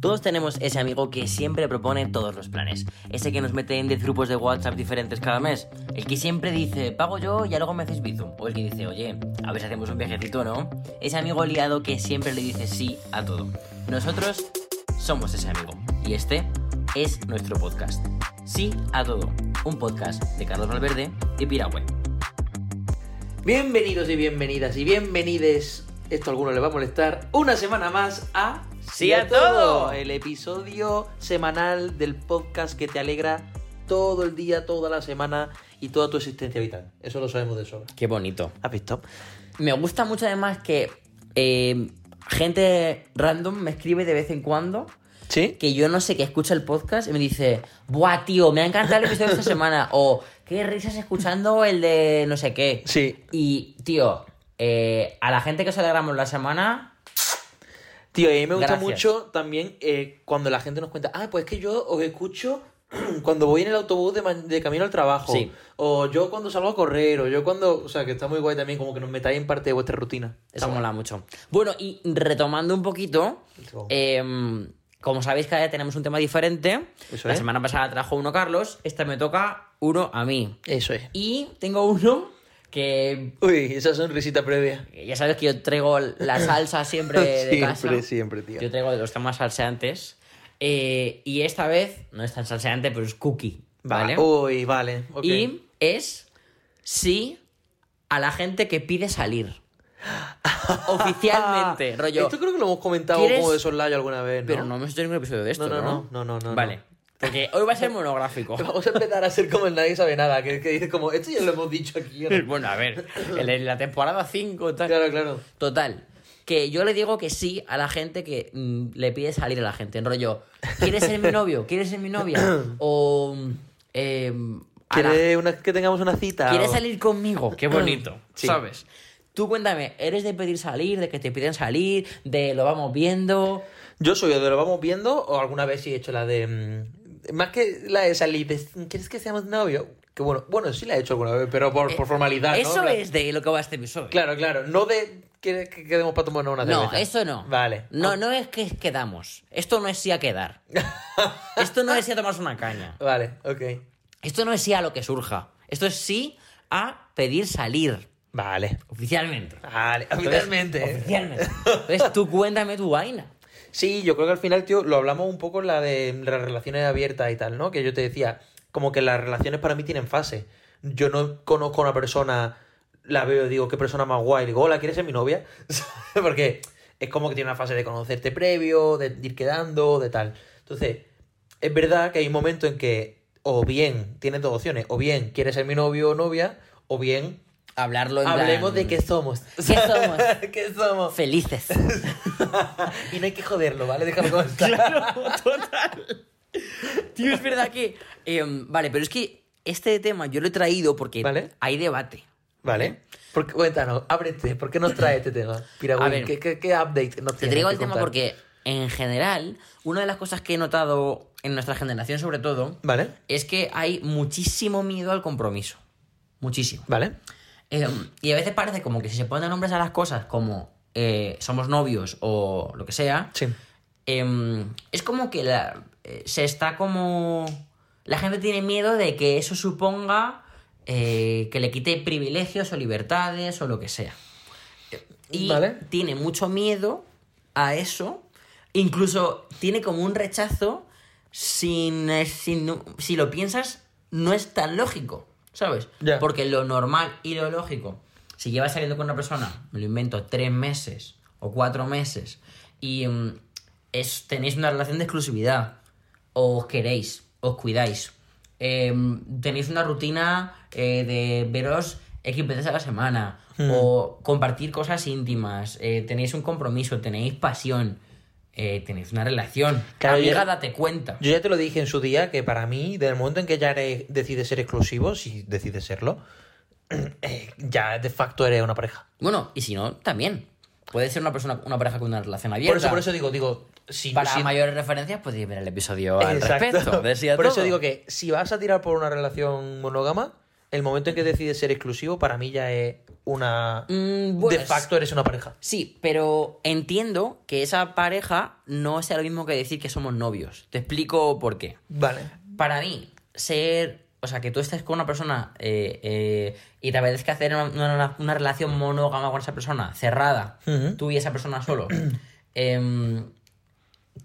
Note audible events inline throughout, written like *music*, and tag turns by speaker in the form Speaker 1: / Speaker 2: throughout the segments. Speaker 1: Todos tenemos ese amigo que siempre propone todos los planes. Ese que nos mete en 10 grupos de WhatsApp diferentes cada mes. El que siempre dice, pago yo y luego me haces bizum. O el que dice, oye, a ver si hacemos un viajecito, ¿no? Ese amigo liado que siempre le dice sí a todo. Nosotros somos ese amigo. Y este es nuestro podcast. Sí a todo. Un podcast de Carlos Valverde y Piragüe.
Speaker 2: Bienvenidos y bienvenidas y bienvenides. Esto a alguno le va a molestar. Una semana más a
Speaker 1: ¡Sí a todo!
Speaker 2: El episodio semanal del podcast que te alegra todo el día, toda la semana y toda tu existencia vital. Eso lo sabemos de sobra.
Speaker 1: Qué bonito.
Speaker 2: ¿Has visto?
Speaker 1: Me gusta mucho además que eh, gente random me escribe de vez en cuando
Speaker 2: ¿Sí?
Speaker 1: que yo no sé, que escucha el podcast y me dice, buah, tío, me ha encantado el episodio de esta semana. O, qué risas escuchando el de no sé qué.
Speaker 2: Sí.
Speaker 1: Y, tío, eh, a la gente que os alegramos la semana,
Speaker 2: Tío, y a mí me gusta
Speaker 1: Gracias.
Speaker 2: mucho también eh, cuando la gente nos cuenta, ah, pues es que yo os escucho *clears throat* cuando voy en el autobús de, ma- de camino al trabajo.
Speaker 1: Sí.
Speaker 2: O yo cuando salgo a correr, o yo cuando... O sea, que está muy guay también, como que nos metáis en parte de vuestra rutina.
Speaker 1: eso mola mucho. Bueno, y retomando un poquito,
Speaker 2: Eso.
Speaker 1: em, como sabéis, cada día tenemos un tema diferente.
Speaker 2: Eso
Speaker 1: la
Speaker 2: es.
Speaker 1: semana pasada trajo uno Carlos, esta me toca uno a mí.
Speaker 2: Eso es.
Speaker 1: Y tengo uno que
Speaker 2: Uy, esa sonrisita previa.
Speaker 1: ya sabes que yo traigo la salsa
Speaker 2: *laughs*
Speaker 1: siempre de casa.
Speaker 2: Siempre, siempre, tío.
Speaker 1: Yo traigo de los temas salseantes. eh, y esta vez no es tan salseante, pero es cookie. ¿Vale?
Speaker 2: Uy, vale. uh, ok.
Speaker 1: Y es sí a la gente que pide
Speaker 2: *laughs*
Speaker 1: salir. Oficialmente, rollo.
Speaker 2: Ah, Esto creo que lo hemos comentado
Speaker 1: ¿Quieres-
Speaker 2: como de soslayo alguna vez, ¿no?
Speaker 1: Pero no hemos hecho ningún episodio de esto.
Speaker 2: No,
Speaker 1: No,
Speaker 2: no, no, no, no, no.
Speaker 1: Vale. Porque hoy va a ser
Speaker 2: *laughs*
Speaker 1: monográfico.
Speaker 2: Vamos a empezar a hacer como el nadie sabe nada, que, que dices como, esto ya lo hemos dicho aquí. ¿o no?".
Speaker 1: bueno, a ver. En la temporada 5 tal.
Speaker 2: Claro, claro.
Speaker 1: Total. Que yo le digo que sí a la gente que mm, le pide salir a la gente. En rollo, ¿quieres ser mi novio? ¿Quieres ser mi
Speaker 2: *coughs*
Speaker 1: novia? O. mm, em, a la-
Speaker 2: ¿Quieres una- que tengamos una cita?
Speaker 1: ¿Quieres
Speaker 2: o-
Speaker 1: salir conmigo? Qué bonito, *coughs*
Speaker 2: Sí.
Speaker 1: ¿sabes? Tú cuéntame, ¿eres de pedir salir, de que te piden salir, de lo vamos viendo?
Speaker 2: Yo soy de lo vamos viendo, o alguna vez sí he hecho la de. mm, Más que la de salir, de, ¿quieres que seamos novio? Que bueno, bueno, sí la he hecho alguna vez, pero por, por formalidad. ¿no?
Speaker 1: Eh, eso
Speaker 2: La-
Speaker 1: es de lo que va este episodio.
Speaker 2: Claro, claro. No de que, que quedemos para tomarnos una
Speaker 1: No,
Speaker 2: cerveza.
Speaker 1: eso no.
Speaker 2: Vale.
Speaker 1: No, no es que quedamos. Esto no es sí a
Speaker 2: *laughs*
Speaker 1: quedar. Esto no es sí a tomarse una caña.
Speaker 2: Vale, ok.
Speaker 1: Esto no es sí a lo que surja. Esto es sí a pedir salir,
Speaker 2: Vale.
Speaker 1: oficialmente.
Speaker 2: Vale,
Speaker 1: Entonces,
Speaker 2: oficialmente. ¿eh?
Speaker 1: Oficialmente. Entonces tú cuéntame tu vaina.
Speaker 2: Sí, yo creo que al final, tío, lo hablamos un poco en la de las relaciones abiertas y tal, ¿no? Que yo te decía, como que las relaciones para mí tienen fase. Yo no conozco a una persona, la veo y digo, qué persona más guay, digo, hola, ¿quieres ser mi novia? *laughs* Porque es como que tiene una fase de conocerte previo, de ir quedando, de tal. Entonces, es verdad que hay un momento en que o bien tienes dos opciones, o bien quieres ser mi novio o novia, o bien
Speaker 1: Hablarlo en
Speaker 2: hablemos de *laughs*
Speaker 1: plan- *laughs*
Speaker 2: qué somos.
Speaker 1: ¿Qué somos? *laughs*
Speaker 2: ¿Qué somos?
Speaker 1: Felices.
Speaker 2: y no hay que joderlo,
Speaker 1: *laughs*
Speaker 2: ¿vale? Déjalo como está.
Speaker 1: Total. Tío, es verdad que. em, vale, pero es que este tema yo lo he traído porque
Speaker 2: Vale.
Speaker 1: hay debate.
Speaker 2: Vale. Porque, cuéntanos, ábrete, ¿por qué nos trae este tema? Piragüín?
Speaker 1: A ver.
Speaker 2: ¿qué, qué, qué update nos
Speaker 1: Te
Speaker 2: tienes
Speaker 1: traigo
Speaker 2: que
Speaker 1: el tema
Speaker 2: contar?
Speaker 1: porque, en general, una de las cosas que he notado en nuestra generación, sobre todo,
Speaker 2: Vale,
Speaker 1: es que hay muchísimo miedo al compromiso. Muchísimo.
Speaker 2: vale.
Speaker 1: Em, y a veces parece como que si se ponen nombres a las cosas, como eh, somos novios o lo que sea,
Speaker 2: Sí.
Speaker 1: em, es como que la- eh, se está como... La gente tiene miedo de que eso suponga eh, que le quite privilegios o libertades o lo que sea. Y
Speaker 2: Mm, Vale.
Speaker 1: tiene mucho miedo a eso. Incluso tiene como un rechazo sin, eh, sin- si lo piensas, no es tan lógico, ¿sabes?
Speaker 2: Ya.
Speaker 1: Porque lo normal y lo lógico, si llevas saliendo con una persona, me lo invento, tres meses o cuatro meses, y mm, es, tenéis una relación de exclusividad, os queréis, os cuidáis, em, tenéis una rutina eh, de veros X veces a la semana,
Speaker 2: Mm.
Speaker 1: o compartir cosas íntimas, eh, tenéis un compromiso, tenéis pasión, eh, tenéis una relación.
Speaker 2: Claro, yo-
Speaker 1: Amiga, date cuenta.
Speaker 2: Yo ya te lo dije en su día que para mí, desde el momento en que ya eres- decides ser exclusivo, si decides serlo, *clears throat* eh, ya de facto eres una pareja.
Speaker 1: Bueno, y si no, también. Puede ser una persona, una pareja con una relación abierta.
Speaker 2: Por eso, por eso digo, digo, si,
Speaker 1: Para
Speaker 2: si-
Speaker 1: mayores referencias podéis ver el episodio al
Speaker 2: Exacto.
Speaker 1: respecto. de sí a
Speaker 2: Por eso
Speaker 1: todo.
Speaker 2: digo que si vas a tirar por una relación monógama, el momento en que decides ser exclusivo, para mí ya es una.
Speaker 1: Mm, bueno,
Speaker 2: de facto eres una pareja.
Speaker 1: Sí, pero entiendo que esa pareja no sea lo mismo que decir que somos novios. Te explico por qué.
Speaker 2: Vale.
Speaker 1: Para mí, ser. O sea, que tú estés con una persona eh, eh, y te apetezca hacer una, una- una relación monógama con esa persona, cerrada,
Speaker 2: Ujú.
Speaker 1: tú y esa persona solo, *clears throat* em,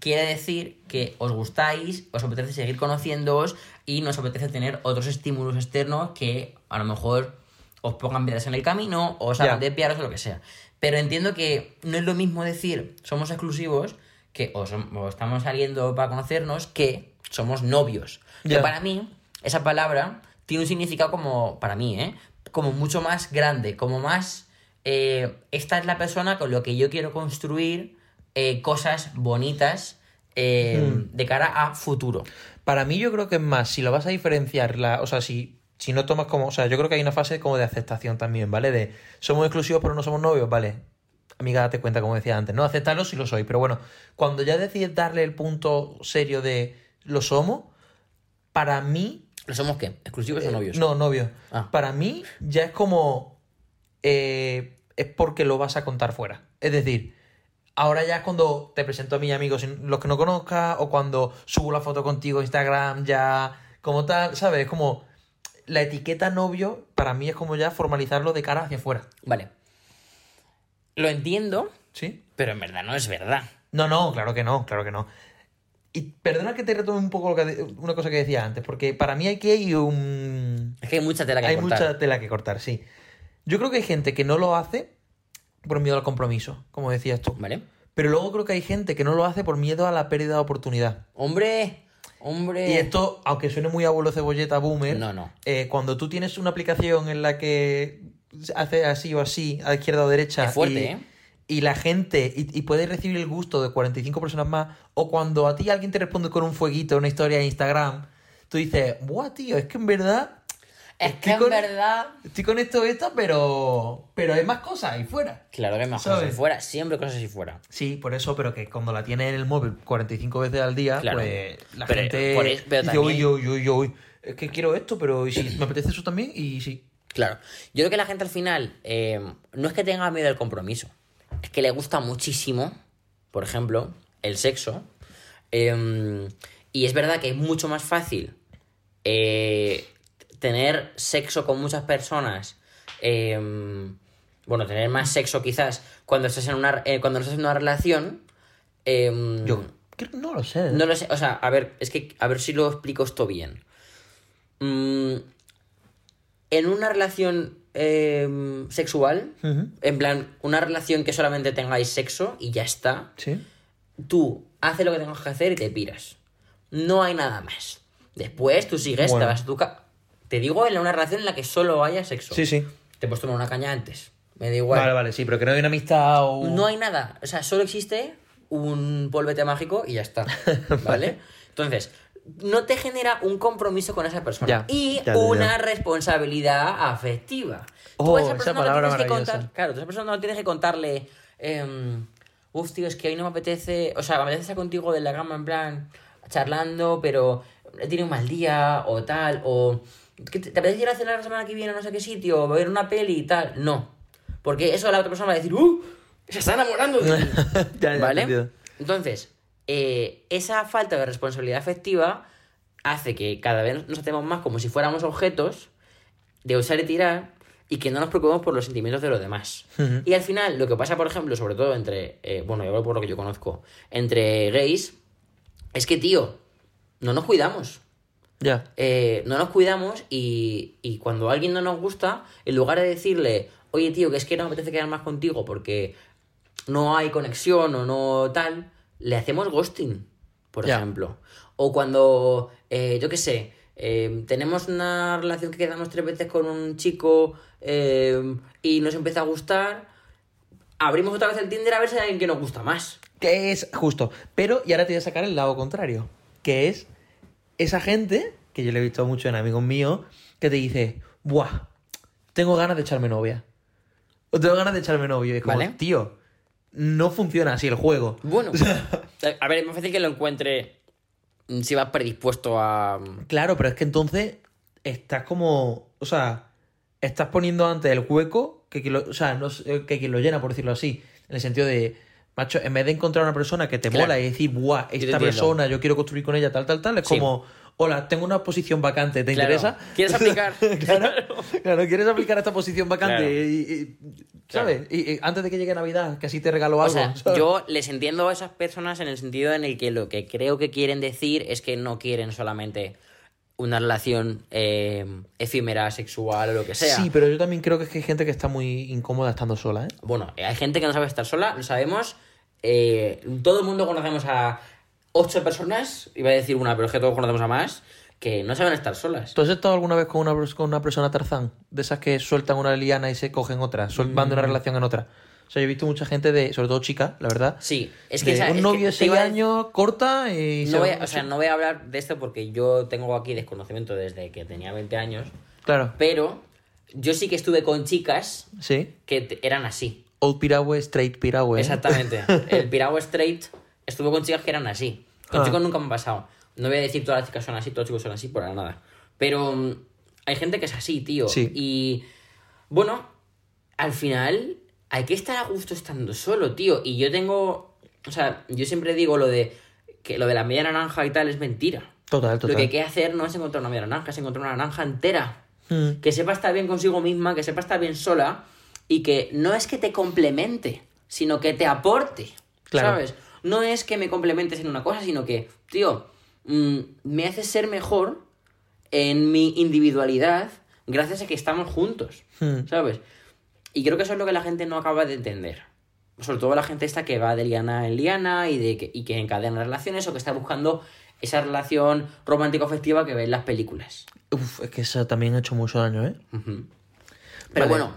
Speaker 1: quiere decir que os gustáis, os apetece seguir conociéndoos y nos apetece tener otros estímulos externos que a lo mejor os pongan piedras en el camino o os hagan
Speaker 2: Ya.
Speaker 1: desviaros o lo que sea. Pero entiendo que no es lo mismo decir somos exclusivos que o, som- o estamos saliendo para conocernos que somos novios.
Speaker 2: Ya.
Speaker 1: Que para mí esa palabra tiene un significado como, para mí, ¿eh? Como mucho más grande, como más... eh, esta es la persona con la que yo quiero construir eh, cosas bonitas eh,
Speaker 2: Mm.
Speaker 1: de cara a futuro.
Speaker 2: Para mí, yo creo que es más, si lo vas a diferenciar, la, o sea, si, si no tomas como. O sea, yo creo que hay una fase como de aceptación también, ¿vale? De somos exclusivos pero no somos novios, ¿vale? Amiga, date cuenta, como decía antes, ¿no? Aceptarlo si lo soy, pero bueno, cuando ya decides darle el punto serio de lo somos, para mí
Speaker 1: ¿Lo somos qué? ¿Exclusivos o novios?
Speaker 2: Eh, No, novio.
Speaker 1: Ah.
Speaker 2: Para mí ya es como... eh, es porque lo vas a contar fuera. Es decir, ahora ya es cuando te presento a mis amigos, sin- los que no conozcas, o cuando subo la foto contigo a Instagram, ya como tal, ¿sabes? Es como... La etiqueta novio para mí es como ya formalizarlo de cara hacia afuera.
Speaker 1: Vale. Lo entiendo,
Speaker 2: ¿Sí?
Speaker 1: pero en verdad no es verdad.
Speaker 2: No, no, claro que no, claro que no. Y perdona que te retome un poco lo que de- una cosa que decía antes, porque para mí aquí hay un...
Speaker 1: Es que hay mucha tela que
Speaker 2: hay
Speaker 1: cortar.
Speaker 2: mucha tela que cortar, sí. Yo creo que hay gente que no lo hace por miedo al compromiso, como decías tú.
Speaker 1: ¿Vale?
Speaker 2: Pero luego creo que hay gente que no lo hace por miedo a la pérdida de oportunidad.
Speaker 1: Hombre, hombre.
Speaker 2: Y esto, aunque suene muy abuelo cebolleta boomer,
Speaker 1: Eh. No, no.
Speaker 2: eh, cuando tú tienes una aplicación en la que hace así o así, a izquierda o derecha,
Speaker 1: Es fuerte,
Speaker 2: y,
Speaker 1: ¿eh?
Speaker 2: y la gente, y, y puedes recibir el gusto de 45 personas más, o cuando a ti alguien te responde con un fueguito, una historia de Instagram, tú dices, buah, tío, es que en verdad
Speaker 1: Es que en
Speaker 2: Estoy con-
Speaker 1: verdad.
Speaker 2: Estoy con esto, esto, pero. Pero hay más cosas ahí fuera.
Speaker 1: Claro que hay más
Speaker 2: ¿Sabes?
Speaker 1: cosas si fuera, siempre cosas si fuera.
Speaker 2: Sí, por eso, pero que cuando la tienes en el móvil 45 veces al día,
Speaker 1: Claro.
Speaker 2: pues la
Speaker 1: Pero-
Speaker 2: gente.
Speaker 1: por eso- pero
Speaker 2: dice,
Speaker 1: también-
Speaker 2: uy, uy, uy, uy, es que quiero esto, pero ¿y si me apetece eso también? Y sí.
Speaker 1: Claro. Yo creo que la gente al final eh, no es que tenga miedo al compromiso. Es que le gusta muchísimo, por ejemplo, el sexo. eh, y es verdad que es mucho más fácil eh, tener sexo con muchas personas. eh, bueno, tener más sexo quizás cuando estás en una, eh, cuando no estás en una relación. eh,
Speaker 2: Yo creo que no lo sé. ¿eh?
Speaker 1: No lo sé, o sea, a ver, es que a ver si lo explico esto bien. Mm, en una relación em, sexual,
Speaker 2: Ujú.
Speaker 1: en plan, una relación que solamente tengáis sexo y ya está,
Speaker 2: Sí.
Speaker 1: tú haces lo que tengas que hacer y te piras. No hay nada más. Después tú sigues,
Speaker 2: Bueno.
Speaker 1: te vas a tu ca- Te digo en una relación en la que solo haya sexo.
Speaker 2: Sí, sí.
Speaker 1: Te puedes tomar una caña antes. Me da igual.
Speaker 2: Vale, vale, sí, pero que no hay una amistad o.
Speaker 1: No hay nada. O sea, solo existe un polvete mágico y ya
Speaker 2: *laughs*
Speaker 1: está. ¿Vale? Entonces, no te genera un compromiso con esa persona.
Speaker 2: Ya,
Speaker 1: y
Speaker 2: ya, ya, ya.
Speaker 1: una responsabilidad afectiva.
Speaker 2: Oh,
Speaker 1: a
Speaker 2: esa
Speaker 1: persona no
Speaker 2: palabra
Speaker 1: tienes que
Speaker 2: maravillosa.
Speaker 1: contar- Claro, tú a esa persona no tienes que contarle. Eh, Uf, tío, es que hoy no me apetece. O sea, me apetece estar contigo de la gama en plan charlando, pero tiene un mal día o tal. O. "¿Qué ¿Te te apetece ir a cenar la semana que viene a no sé qué sitio? O ver una peli y tal? No. Porque eso la otra persona va a decir, ¡Uh! Se está enamorando de mí".
Speaker 2: *laughs* Ya, ya, entendido.
Speaker 1: ¿Vale? Entonces, eh, esa falta de responsabilidad afectiva hace que cada vez nos hacemos más como si fuéramos objetos de usar y tirar y que no nos preocupemos por los sentimientos de los demás.
Speaker 2: Ujú.
Speaker 1: Y al final, lo que pasa, por ejemplo, sobre todo entre, eh, bueno, yo hablo por lo que yo conozco, entre gays, es que, tío, no nos cuidamos.
Speaker 2: Ya.
Speaker 1: Eh, no nos cuidamos y, y cuando alguien no nos gusta, en lugar de decirle, oye tío, que es que no me apetece quedar más contigo porque no hay conexión o no tal, le hacemos ghosting, por
Speaker 2: Ya.
Speaker 1: ejemplo. O cuando, eh, yo qué sé, eh, tenemos una relación que quedamos tres veces con un chico eh, y nos empieza a gustar, abrimos otra vez el Tinder a ver si hay alguien que nos gusta más.
Speaker 2: Que es justo. Pero, y ahora te voy a sacar el lado contrario, que es esa gente, que yo le he visto mucho en amigos míos, que te dice, buah, tengo ganas de echarme novia. O tengo ganas de echarme novio. Y es como,
Speaker 1: Vale.
Speaker 2: tío, no funciona así el juego.
Speaker 1: Bueno, *laughs* a ver, es más fácil que lo encuentre mm, si vas predispuesto a...
Speaker 2: Claro, pero es que entonces estás como. O sea, estás poniendo antes el hueco que quien lo, o sea, no sé, que quien lo llena, por decirlo así. En el sentido de, macho, en vez de encontrar una persona que te
Speaker 1: Claro.
Speaker 2: mola y decir, buah,
Speaker 1: te
Speaker 2: esta
Speaker 1: entiendo.
Speaker 2: persona, yo quiero construir con ella, tal, tal, tal, es
Speaker 1: Sí.
Speaker 2: como, hola, tengo una posición vacante, ¿te
Speaker 1: Claro.
Speaker 2: interesa? *laughs*
Speaker 1: ¿Quieres aplicar?
Speaker 2: claro, claro, ¿quieres aplicar a esta posición vacante?
Speaker 1: Claro.
Speaker 2: Y- y- ¿Sabes? Y, y antes de que llegue Navidad, que así te regalo
Speaker 1: O
Speaker 2: algo.
Speaker 1: sea,
Speaker 2: ¿sabes?
Speaker 1: yo les entiendo a esas personas en el sentido en el que lo que creo que quieren decir es que no quieren solamente una relación eh, efímera, sexual o lo que sea.
Speaker 2: sí, pero yo también creo que es que hay gente que está muy incómoda estando sola, ¿eh?
Speaker 1: Bueno, hay gente que no sabe estar sola, lo sabemos. eh, todo el mundo conocemos a ocho personas, iba a decir una, pero es que todos conocemos a más, que no saben estar solas.
Speaker 2: ¿Tú has estado alguna vez con una, pers- con una persona tarzán? De esas que sueltan una liana y se cogen otra, suel- van de
Speaker 1: Mm.
Speaker 2: una relación en otra. O sea, yo he visto mucha gente de, sobre todo chicas, la verdad.
Speaker 1: Sí, es que
Speaker 2: de
Speaker 1: esa-
Speaker 2: Eh,
Speaker 1: es
Speaker 2: un
Speaker 1: que
Speaker 2: novio de
Speaker 1: te
Speaker 2: 6
Speaker 1: iba a-
Speaker 2: años, corta y se
Speaker 1: No voy
Speaker 2: va-
Speaker 1: a- o sea, no voy a hablar de esto porque yo tengo aquí desconocimiento desde que tenía 20 años.
Speaker 2: Claro,
Speaker 1: Pero yo sí que estuve con chicas
Speaker 2: sí.
Speaker 1: que te- eran así.
Speaker 2: Old piragüe, straight piragüe. ¿eh? *laughs*
Speaker 1: Exactamente. El piragua straight estuvo con chicas que eran así. Con
Speaker 2: Ah.
Speaker 1: chicos nunca me han pasado. No voy a decir todas las chicas son así, todos los chicos son así, por nada. Pero mm, hay gente que es así, tío.
Speaker 2: Sí.
Speaker 1: Y bueno, al final hay que estar a gusto estando solo, tío. Y yo tengo, o sea, yo siempre digo lo de que lo de la media naranja y tal es mentira.
Speaker 2: Total, total.
Speaker 1: Lo que hay que hacer no es encontrar una media naranja, es encontrar una naranja entera.
Speaker 2: Mm.
Speaker 1: Que sepa estar bien consigo misma, que sepa estar bien sola y que no es que te complemente, sino que te aporte.
Speaker 2: Claro.
Speaker 1: ¿Sabes? No es que me complementes en una cosa, sino que, tío, mm, me haces ser mejor en mi individualidad gracias a que estamos juntos.
Speaker 2: Hmm.
Speaker 1: ¿Sabes? Y creo que eso es lo que la gente no acaba de entender. Sobre todo la gente esta que va de liana en liana y, de que, y que encadena relaciones o que está buscando esa relación romántico-afectiva que ve en las películas.
Speaker 2: Uf, es que eso también ha hecho mucho daño, ¿eh?
Speaker 1: Ujú. Pero
Speaker 2: Vale.
Speaker 1: bueno,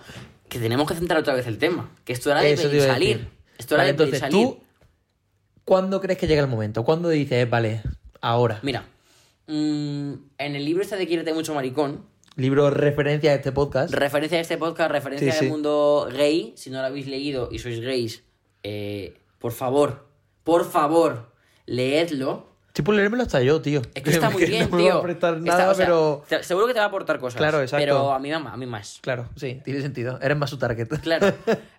Speaker 1: que tenemos que centrar otra vez el tema. Que esto era de
Speaker 2: Eso te
Speaker 1: pedir
Speaker 2: iba a
Speaker 1: salir.
Speaker 2: decir.
Speaker 1: Esto era
Speaker 2: Vale,
Speaker 1: de pedir
Speaker 2: entonces,
Speaker 1: salir.
Speaker 2: ¿tú cuándo crees que llega el momento? ¿Cuándo dices, vale, ahora?
Speaker 1: Mira, mm, en el libro este de Quiérete mucho maricón,
Speaker 2: Libro referencia a este podcast.
Speaker 1: referencia a este podcast, referencia
Speaker 2: Sí,
Speaker 1: al
Speaker 2: sí.
Speaker 1: mundo gay. Si no lo habéis leído y sois gays, eh, por favor, por favor, leedlo.
Speaker 2: Sí, pues leérmelo hasta yo, tío.
Speaker 1: Es
Speaker 2: *laughs*
Speaker 1: que está muy bien,
Speaker 2: no me va
Speaker 1: tío.
Speaker 2: a prestar
Speaker 1: Está-
Speaker 2: nada,
Speaker 1: o sea,
Speaker 2: pero...
Speaker 1: te- seguro que te va a aportar cosas.
Speaker 2: Claro, exacto.
Speaker 1: Pero a mí, ma- a mí más.
Speaker 2: Claro, sí, tiene sentido. Eres más su target.
Speaker 1: Claro.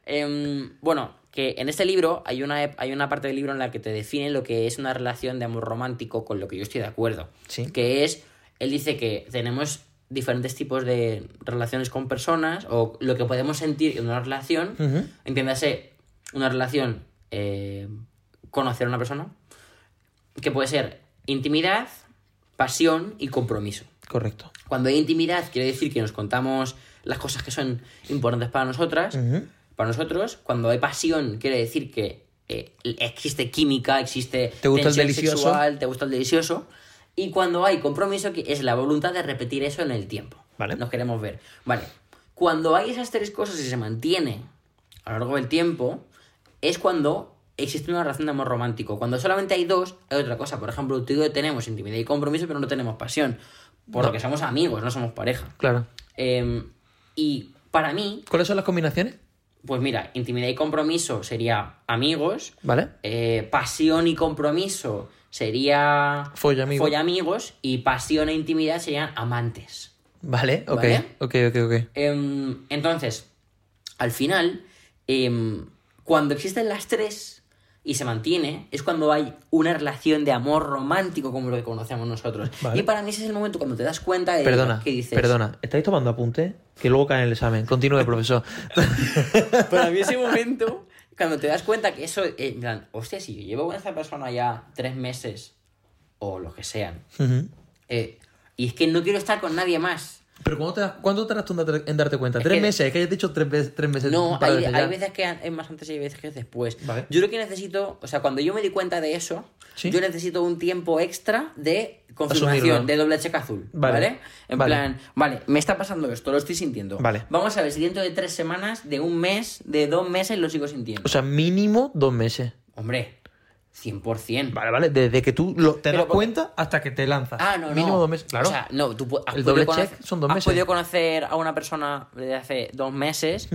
Speaker 1: Em, bueno, que en este libro hay una, ep- hay una parte del libro en la que te define lo que es una relación de amor romántico con lo que yo estoy de acuerdo.
Speaker 2: Sí.
Speaker 1: Que es, él dice que tenemos diferentes tipos de relaciones con personas o lo que podemos sentir en una relación.
Speaker 2: Ujú.
Speaker 1: Entiéndase, una relación, eh, conocer a una persona, que puede ser intimidad, pasión y compromiso.
Speaker 2: Correcto.
Speaker 1: Cuando hay intimidad, quiere decir que nos contamos las cosas que son importantes para nosotras,
Speaker 2: Ujú.
Speaker 1: para nosotros. Cuando hay pasión, quiere decir que eh, existe química, existe
Speaker 2: ¿Te gusta el
Speaker 1: tensión
Speaker 2: delicioso?
Speaker 1: sexual, te gusta el delicioso. Y cuando hay compromiso, que es la voluntad de repetir eso en el tiempo.
Speaker 2: Vale.
Speaker 1: Nos queremos ver. Vale. Cuando hay esas tres cosas y se mantiene a lo largo del tiempo, es cuando existe una relación de amor romántico. Cuando solamente hay dos, hay otra cosa. Por ejemplo, tú y yo tenemos intimidad y compromiso, pero no tenemos pasión. Por lo que somos amigos, no somos pareja.
Speaker 2: Claro.
Speaker 1: Eh, y para mí,
Speaker 2: ¿Cuáles son las combinaciones?
Speaker 1: pues mira, intimidad y compromiso sería amigos,
Speaker 2: ¿Vale?
Speaker 1: eh, pasión y compromiso sería
Speaker 2: Follamigos.
Speaker 1: follamigos, y pasión e intimidad serían amantes.
Speaker 2: Vale, ok.
Speaker 1: Vale.
Speaker 2: Ok, ok, ok.
Speaker 1: Em, entonces, al final, em, cuando existen las tres y se mantiene, es cuando hay una relación de amor romántico como lo que conocemos nosotros.
Speaker 2: Vale.
Speaker 1: Y para mí ese es el momento cuando te das cuenta de
Speaker 2: Perdona,
Speaker 1: que dices...
Speaker 2: perdona. ¿Estáis tomando apunte? Que luego cae en el examen. Continúe, profesor.
Speaker 1: *laughs* Para mí ese momento, cuando te das cuenta que eso, eh, en plan, hostia, si yo llevo con esta persona ya tres meses o lo que sean,
Speaker 2: Ujú.
Speaker 1: eh, y es que no quiero estar con nadie más.
Speaker 2: Pero ¿cuándo te das- ¿cuánto tardas tú en darte- en darte cuenta?
Speaker 1: Es
Speaker 2: ¿Tres
Speaker 1: que-
Speaker 2: meses? Es que hayas dicho tres, veces- tres meses.
Speaker 1: No,
Speaker 2: un par de
Speaker 1: hay,
Speaker 2: ya.
Speaker 1: hay veces que es más antes y hay veces que es después.
Speaker 2: Vale.
Speaker 1: Yo creo que necesito, o sea, cuando yo me di cuenta de eso,
Speaker 2: Sí.
Speaker 1: yo necesito un tiempo extra de confirmación,
Speaker 2: Asumirlo.
Speaker 1: de doble cheque azul.
Speaker 2: Vale.
Speaker 1: Vale. En
Speaker 2: Vale.
Speaker 1: plan, vale, me está pasando esto, lo estoy sintiendo.
Speaker 2: Vale.
Speaker 1: Vamos a ver si dentro de tres semanas, de un mes, de dos meses lo sigo sintiendo.
Speaker 2: O sea, mínimo dos meses.
Speaker 1: Hombre, 100%.
Speaker 2: Vale, vale. Desde que tú lo- te
Speaker 1: Pero
Speaker 2: das
Speaker 1: porque-
Speaker 2: cuenta hasta que te lanzas.
Speaker 1: Ah, no, no.
Speaker 2: Mínimo dos meses. Claro.
Speaker 1: O sea, no, tú pu- has
Speaker 2: El
Speaker 1: podido
Speaker 2: doble
Speaker 1: conocer-
Speaker 2: check son dos meses.
Speaker 1: Has podido conocer a una persona de hace dos meses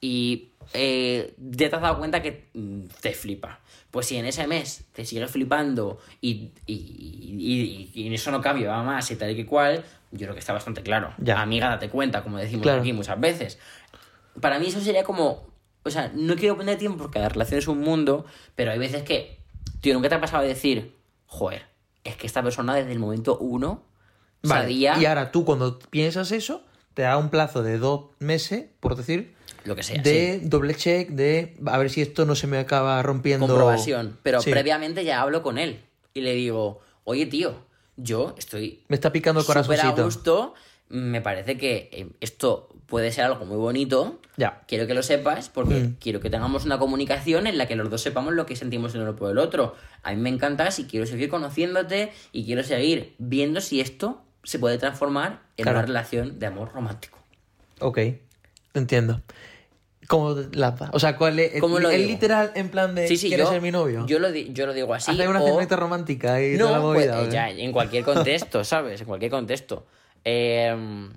Speaker 1: y eh, ya te has dado cuenta que mm, te flipa. Pues si en ese mes te sigue flipando y, y, y- y- y eso no cambia, va más y tal y que cual, yo creo que está bastante claro.
Speaker 2: Ya.
Speaker 1: Amiga, date cuenta, como decimos
Speaker 2: Claro.
Speaker 1: aquí muchas veces. Para mí eso sería como... O sea, no quiero poner tiempo porque la relación es un mundo, pero hay veces que... Tío, nunca te ha pasado de decir, joder, es que esta persona desde el momento uno
Speaker 2: Vale,
Speaker 1: sabía
Speaker 2: Y ahora tú, cuando piensas eso, te da un plazo de dos meses, por decir,
Speaker 1: lo que sea. sí.
Speaker 2: de doble check, de a ver si esto no se me acaba rompiendo.
Speaker 1: Comprobación. Pero
Speaker 2: Sí.
Speaker 1: previamente ya hablo con él y le digo, oye tío, yo estoy
Speaker 2: Me está picando el
Speaker 1: súper a
Speaker 2: corazoncito.
Speaker 1: gusto, me parece que eh, esto puede ser algo muy bonito.
Speaker 2: Ya. Mm.
Speaker 1: Quiero que lo sepas porque quiero que tengamos una comunicación en la que los dos sepamos lo que sentimos el uno por el otro. A mí me encantas y quiero seguir conociéndote y quiero seguir viendo si esto se puede transformar en
Speaker 2: Claro.
Speaker 1: una relación de amor romántico.
Speaker 2: Ok, te entiendo. ¿Cómo la, o sea, ¿cuál es?
Speaker 1: ¿Cómo lo
Speaker 2: es
Speaker 1: digo?
Speaker 2: literal en plan de
Speaker 1: Sí, sí,
Speaker 2: Eh, ¿quieres
Speaker 1: yo,
Speaker 2: ser mi novio?
Speaker 1: Yo lo, di- yo lo digo así.
Speaker 2: Hacer una
Speaker 1: o-
Speaker 2: cenita romántica y toda la
Speaker 1: No, pues,
Speaker 2: movida,
Speaker 1: eh,
Speaker 2: ¿vale?
Speaker 1: ya, en cualquier contexto, *laughs* ¿sabes? En cualquier contexto. Em,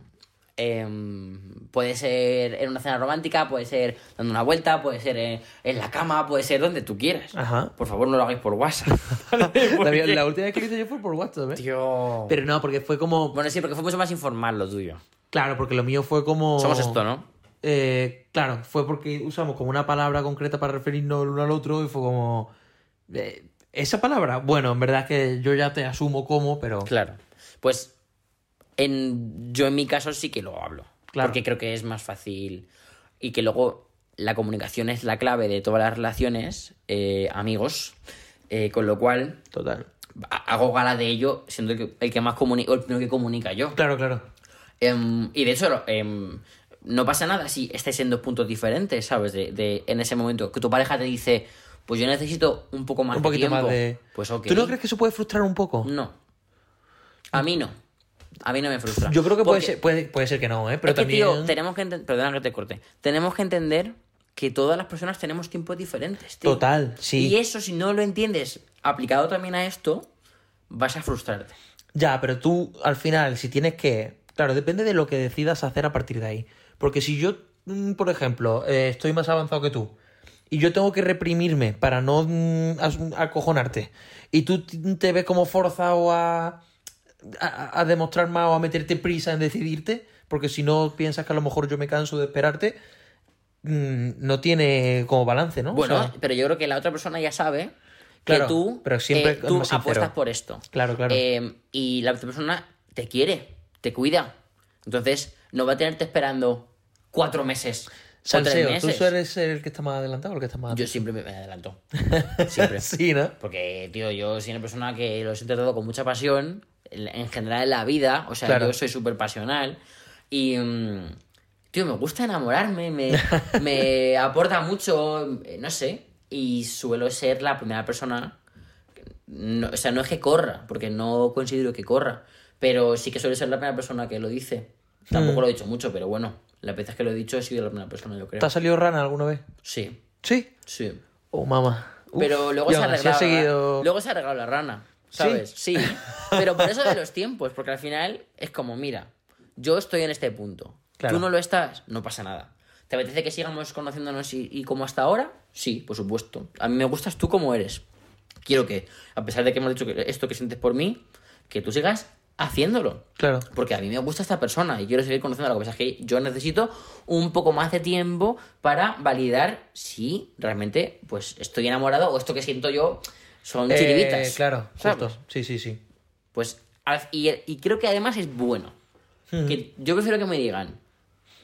Speaker 1: em, puede ser en una cena romántica, puede ser dando una vuelta, puede ser en, en la cama, puede ser donde tú quieras.
Speaker 2: Ajá.
Speaker 1: Por favor, no lo hagáis por
Speaker 2: *laughs*
Speaker 1: WhatsApp. *laughs*
Speaker 2: La, la última vez que lo hice yo fue por WhatsApp, ¿eh?
Speaker 1: Tío.
Speaker 2: Pero no, porque fue como.
Speaker 1: Bueno, sí, porque fue mucho más informal lo tuyo.
Speaker 2: Claro, porque lo mío fue como.
Speaker 1: Somos esto, ¿no?
Speaker 2: Eh, claro, fue porque usamos como una palabra concreta para referirnos el uno al otro y fue como. eh, esa palabra, bueno, en verdad es que yo ya te asumo como, pero.
Speaker 1: Claro. Pues en, yo en mi caso sí que lo hablo.
Speaker 2: Claro.
Speaker 1: Porque creo que es más fácil y que luego la comunicación es la clave de todas las relaciones, eh, amigos. eh, con lo cual
Speaker 2: Total.
Speaker 1: ha- hago gala de ello siendo el que, el que más comunica, el primero que comunica yo.
Speaker 2: Claro, claro.
Speaker 1: Em, y de hecho, em, no pasa nada si estáis en dos puntos diferentes, ¿sabes? De, de- en ese momento que tu pareja te dice, pues yo necesito un poco más
Speaker 2: un
Speaker 1: de
Speaker 2: poquito más
Speaker 1: tiempo".
Speaker 2: de.
Speaker 1: Pues ok. Mm,
Speaker 2: ¿Tú no crees que eso puede frustrar un poco?
Speaker 1: No. A mí no. A mí no me frustra.
Speaker 2: Yo creo que puede
Speaker 1: Porque
Speaker 2: ser, puede, puede ser que no, ¿eh? Pero
Speaker 1: es que,
Speaker 2: también.
Speaker 1: tío, tenemos que entender. Perdona que te corte. Tenemos que entender que todas las personas tenemos tiempos diferentes, tío.
Speaker 2: Total, sí.
Speaker 1: Y eso, si no lo entiendes aplicado también a esto, vas a frustrarte.
Speaker 2: Ya, pero tú al final, si tienes que... Claro, depende de lo que decidas hacer a partir de ahí. Porque si yo, mm, por ejemplo, eh, estoy más avanzado que tú y yo tengo que reprimirme para no mm, as- acojonarte y tú t- te ves como forzado a, a, a demostrar más o a meterte prisa en decidirte, porque si no piensas que a lo mejor yo me canso de esperarte, mm, no tiene como balance, ¿no? O
Speaker 1: Bueno,
Speaker 2: sea,
Speaker 1: pero yo creo que la otra persona ya sabe
Speaker 2: Claro,
Speaker 1: que tú,
Speaker 2: pero siempre
Speaker 1: eh,
Speaker 2: es
Speaker 1: tú
Speaker 2: más sincero.
Speaker 1: apuestas por esto.
Speaker 2: Claro, claro.
Speaker 1: Eh, y la otra persona te quiere, te cuida. Entonces, no va a tenerte esperando cuatro meses. o tres
Speaker 2: salseo, ¿tú
Speaker 1: meses.
Speaker 2: sueles ser el que está más adelantado o el que está más
Speaker 1: Yo siempre me me adelanto. *laughs* Siempre.
Speaker 2: Ah, Sí, ¿no?
Speaker 1: Porque, tío, yo soy una persona que los he tratado con mucha pasión, en en general en la vida, o sea,
Speaker 2: Claro.
Speaker 1: yo soy súper pasional y, mm, tío, me gusta enamorarme,
Speaker 2: *laughs*
Speaker 1: me, me aporta mucho, eh, no sé, y suelo ser la primera persona, que- no- o sea, no es que corra, porque no considero que corra, pero sí que suelo ser la primera persona que lo dice. Tampoco
Speaker 2: Mm.
Speaker 1: lo he dicho mucho, pero bueno, las veces que lo he dicho he sido la primera persona, yo creo.
Speaker 2: ¿Te ha salido rana alguna vez?
Speaker 1: Sí,
Speaker 2: Sí.
Speaker 1: sí.
Speaker 2: Oh, mamá. Uf,
Speaker 1: Pero luego
Speaker 2: y
Speaker 1: se ha
Speaker 2: aún así
Speaker 1: arreglado.
Speaker 2: ha
Speaker 1: la-
Speaker 2: seguido...
Speaker 1: Luego se ha arreglado la rana.
Speaker 2: ¿Sí?
Speaker 1: ¿Sabes? Sí. Pero por eso de los tiempos, porque al final es como, mira, yo estoy en este punto.
Speaker 2: Claro.
Speaker 1: Tú no lo estás, no pasa nada. ¿Te apetece que sigamos conociéndonos y, y como hasta ahora? Sí, por supuesto. A mí me gustas tú como eres. Quiero que, a pesar de que hemos dicho que esto que sientes por mí, que tú sigas haciéndolo.
Speaker 2: Claro.
Speaker 1: Porque a mí me gusta esta persona y quiero seguir conociéndola. Lo que pasa es que yo necesito un poco más de tiempo para validar si realmente pues estoy enamorado o esto que siento yo son
Speaker 2: Eh,
Speaker 1: chiribitas.
Speaker 2: claro,
Speaker 1: ¿sabes?
Speaker 2: justo. Sí, sí, sí.
Speaker 1: Pues, al- y, y creo que además es bueno. Que yo prefiero que me digan,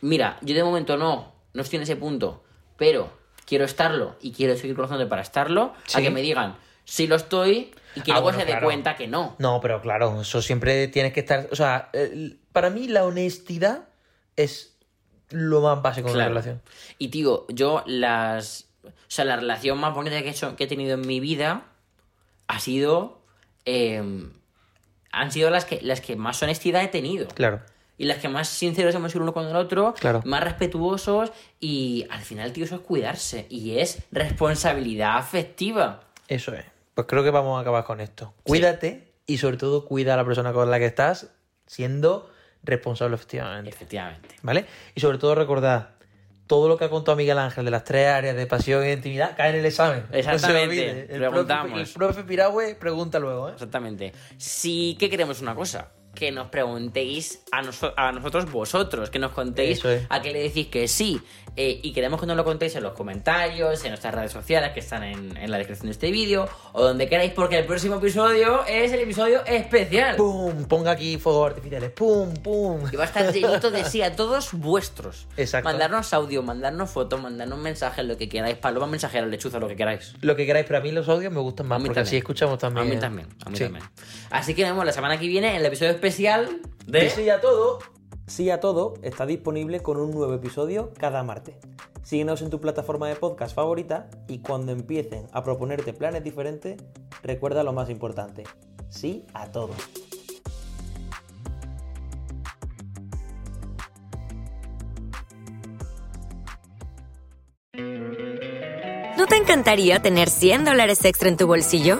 Speaker 1: mira, yo de momento no, no estoy en ese punto, pero quiero estarlo y quiero seguir conociéndote para estarlo,
Speaker 2: Sí.
Speaker 1: a que me digan, si lo estoy y que
Speaker 2: Ah,
Speaker 1: luego
Speaker 2: bueno,
Speaker 1: se dé
Speaker 2: claro.
Speaker 1: cuenta que no.
Speaker 2: No, pero claro, eso siempre tienes que estar. O sea, el- para mí la honestidad es lo más básico de una
Speaker 1: Claro.
Speaker 2: relación.
Speaker 1: Y tío, yo las. O sea, la relación más bonita que he, hecho- que he tenido en mi vida ha sido. eh, han sido las que, las que más honestidad he tenido.
Speaker 2: Claro.
Speaker 1: Y las que más sinceros hemos sido uno con el otro,
Speaker 2: Claro.
Speaker 1: más respetuosos y al final, tío, eso es cuidarse y es responsabilidad afectiva.
Speaker 2: Eso es. Pues creo que vamos a acabar con esto. Cuídate y sobre todo cuida a la persona con la que estás siendo responsable efectivamente.
Speaker 1: Efectivamente.
Speaker 2: ¿Vale? Y sobre todo recordad, todo lo que ha contado Miguel Ángel de las tres áreas de pasión e intimidad cae en el examen. No se
Speaker 1: Exactamente.
Speaker 2: olvide. El
Speaker 1: Preguntamos.
Speaker 2: Profe, el profe Piragüe pregunta luego, ¿eh?
Speaker 1: Exactamente. Sí que queremos una cosa. Que nos preguntéis a, noso- a nosotros vosotros, que nos contéis
Speaker 2: Eso es.
Speaker 1: a qué le decís que sí. Eh, y queremos que nos lo contéis en los comentarios, en nuestras redes sociales que están en, en la descripción de este vídeo, o donde queráis, porque el próximo episodio es el episodio especial.
Speaker 2: ¡Pum! Ponga aquí fuegos artificiales. ¡Pum! ¡Pum!
Speaker 1: Y va a estar llenito de sí a todos vuestros.
Speaker 2: Exacto.
Speaker 1: Mandarnos audio, mandarnos fotos, mandarnos mensajes, lo que queráis. Paloma mensajera, lechuza, lo que queráis.
Speaker 2: Lo que queráis, pero a mí los audios me gustan
Speaker 1: A
Speaker 2: más
Speaker 1: mí
Speaker 2: porque
Speaker 1: también.
Speaker 2: así escuchamos
Speaker 1: A
Speaker 2: también. ¿eh?
Speaker 1: mí también, a mí
Speaker 2: Sí.
Speaker 1: también. Así que nos vemos la semana que viene en el episodio especial de...
Speaker 2: Que sí a todo.
Speaker 3: Sí a todo está disponible con un nuevo episodio cada martes. Síguenos en tu plataforma de podcast favorita y cuando empiecen a proponerte planes diferentes, recuerda lo más importante. Sí a todo.
Speaker 4: ¿No te encantaría tener 100 dólares extra en tu bolsillo?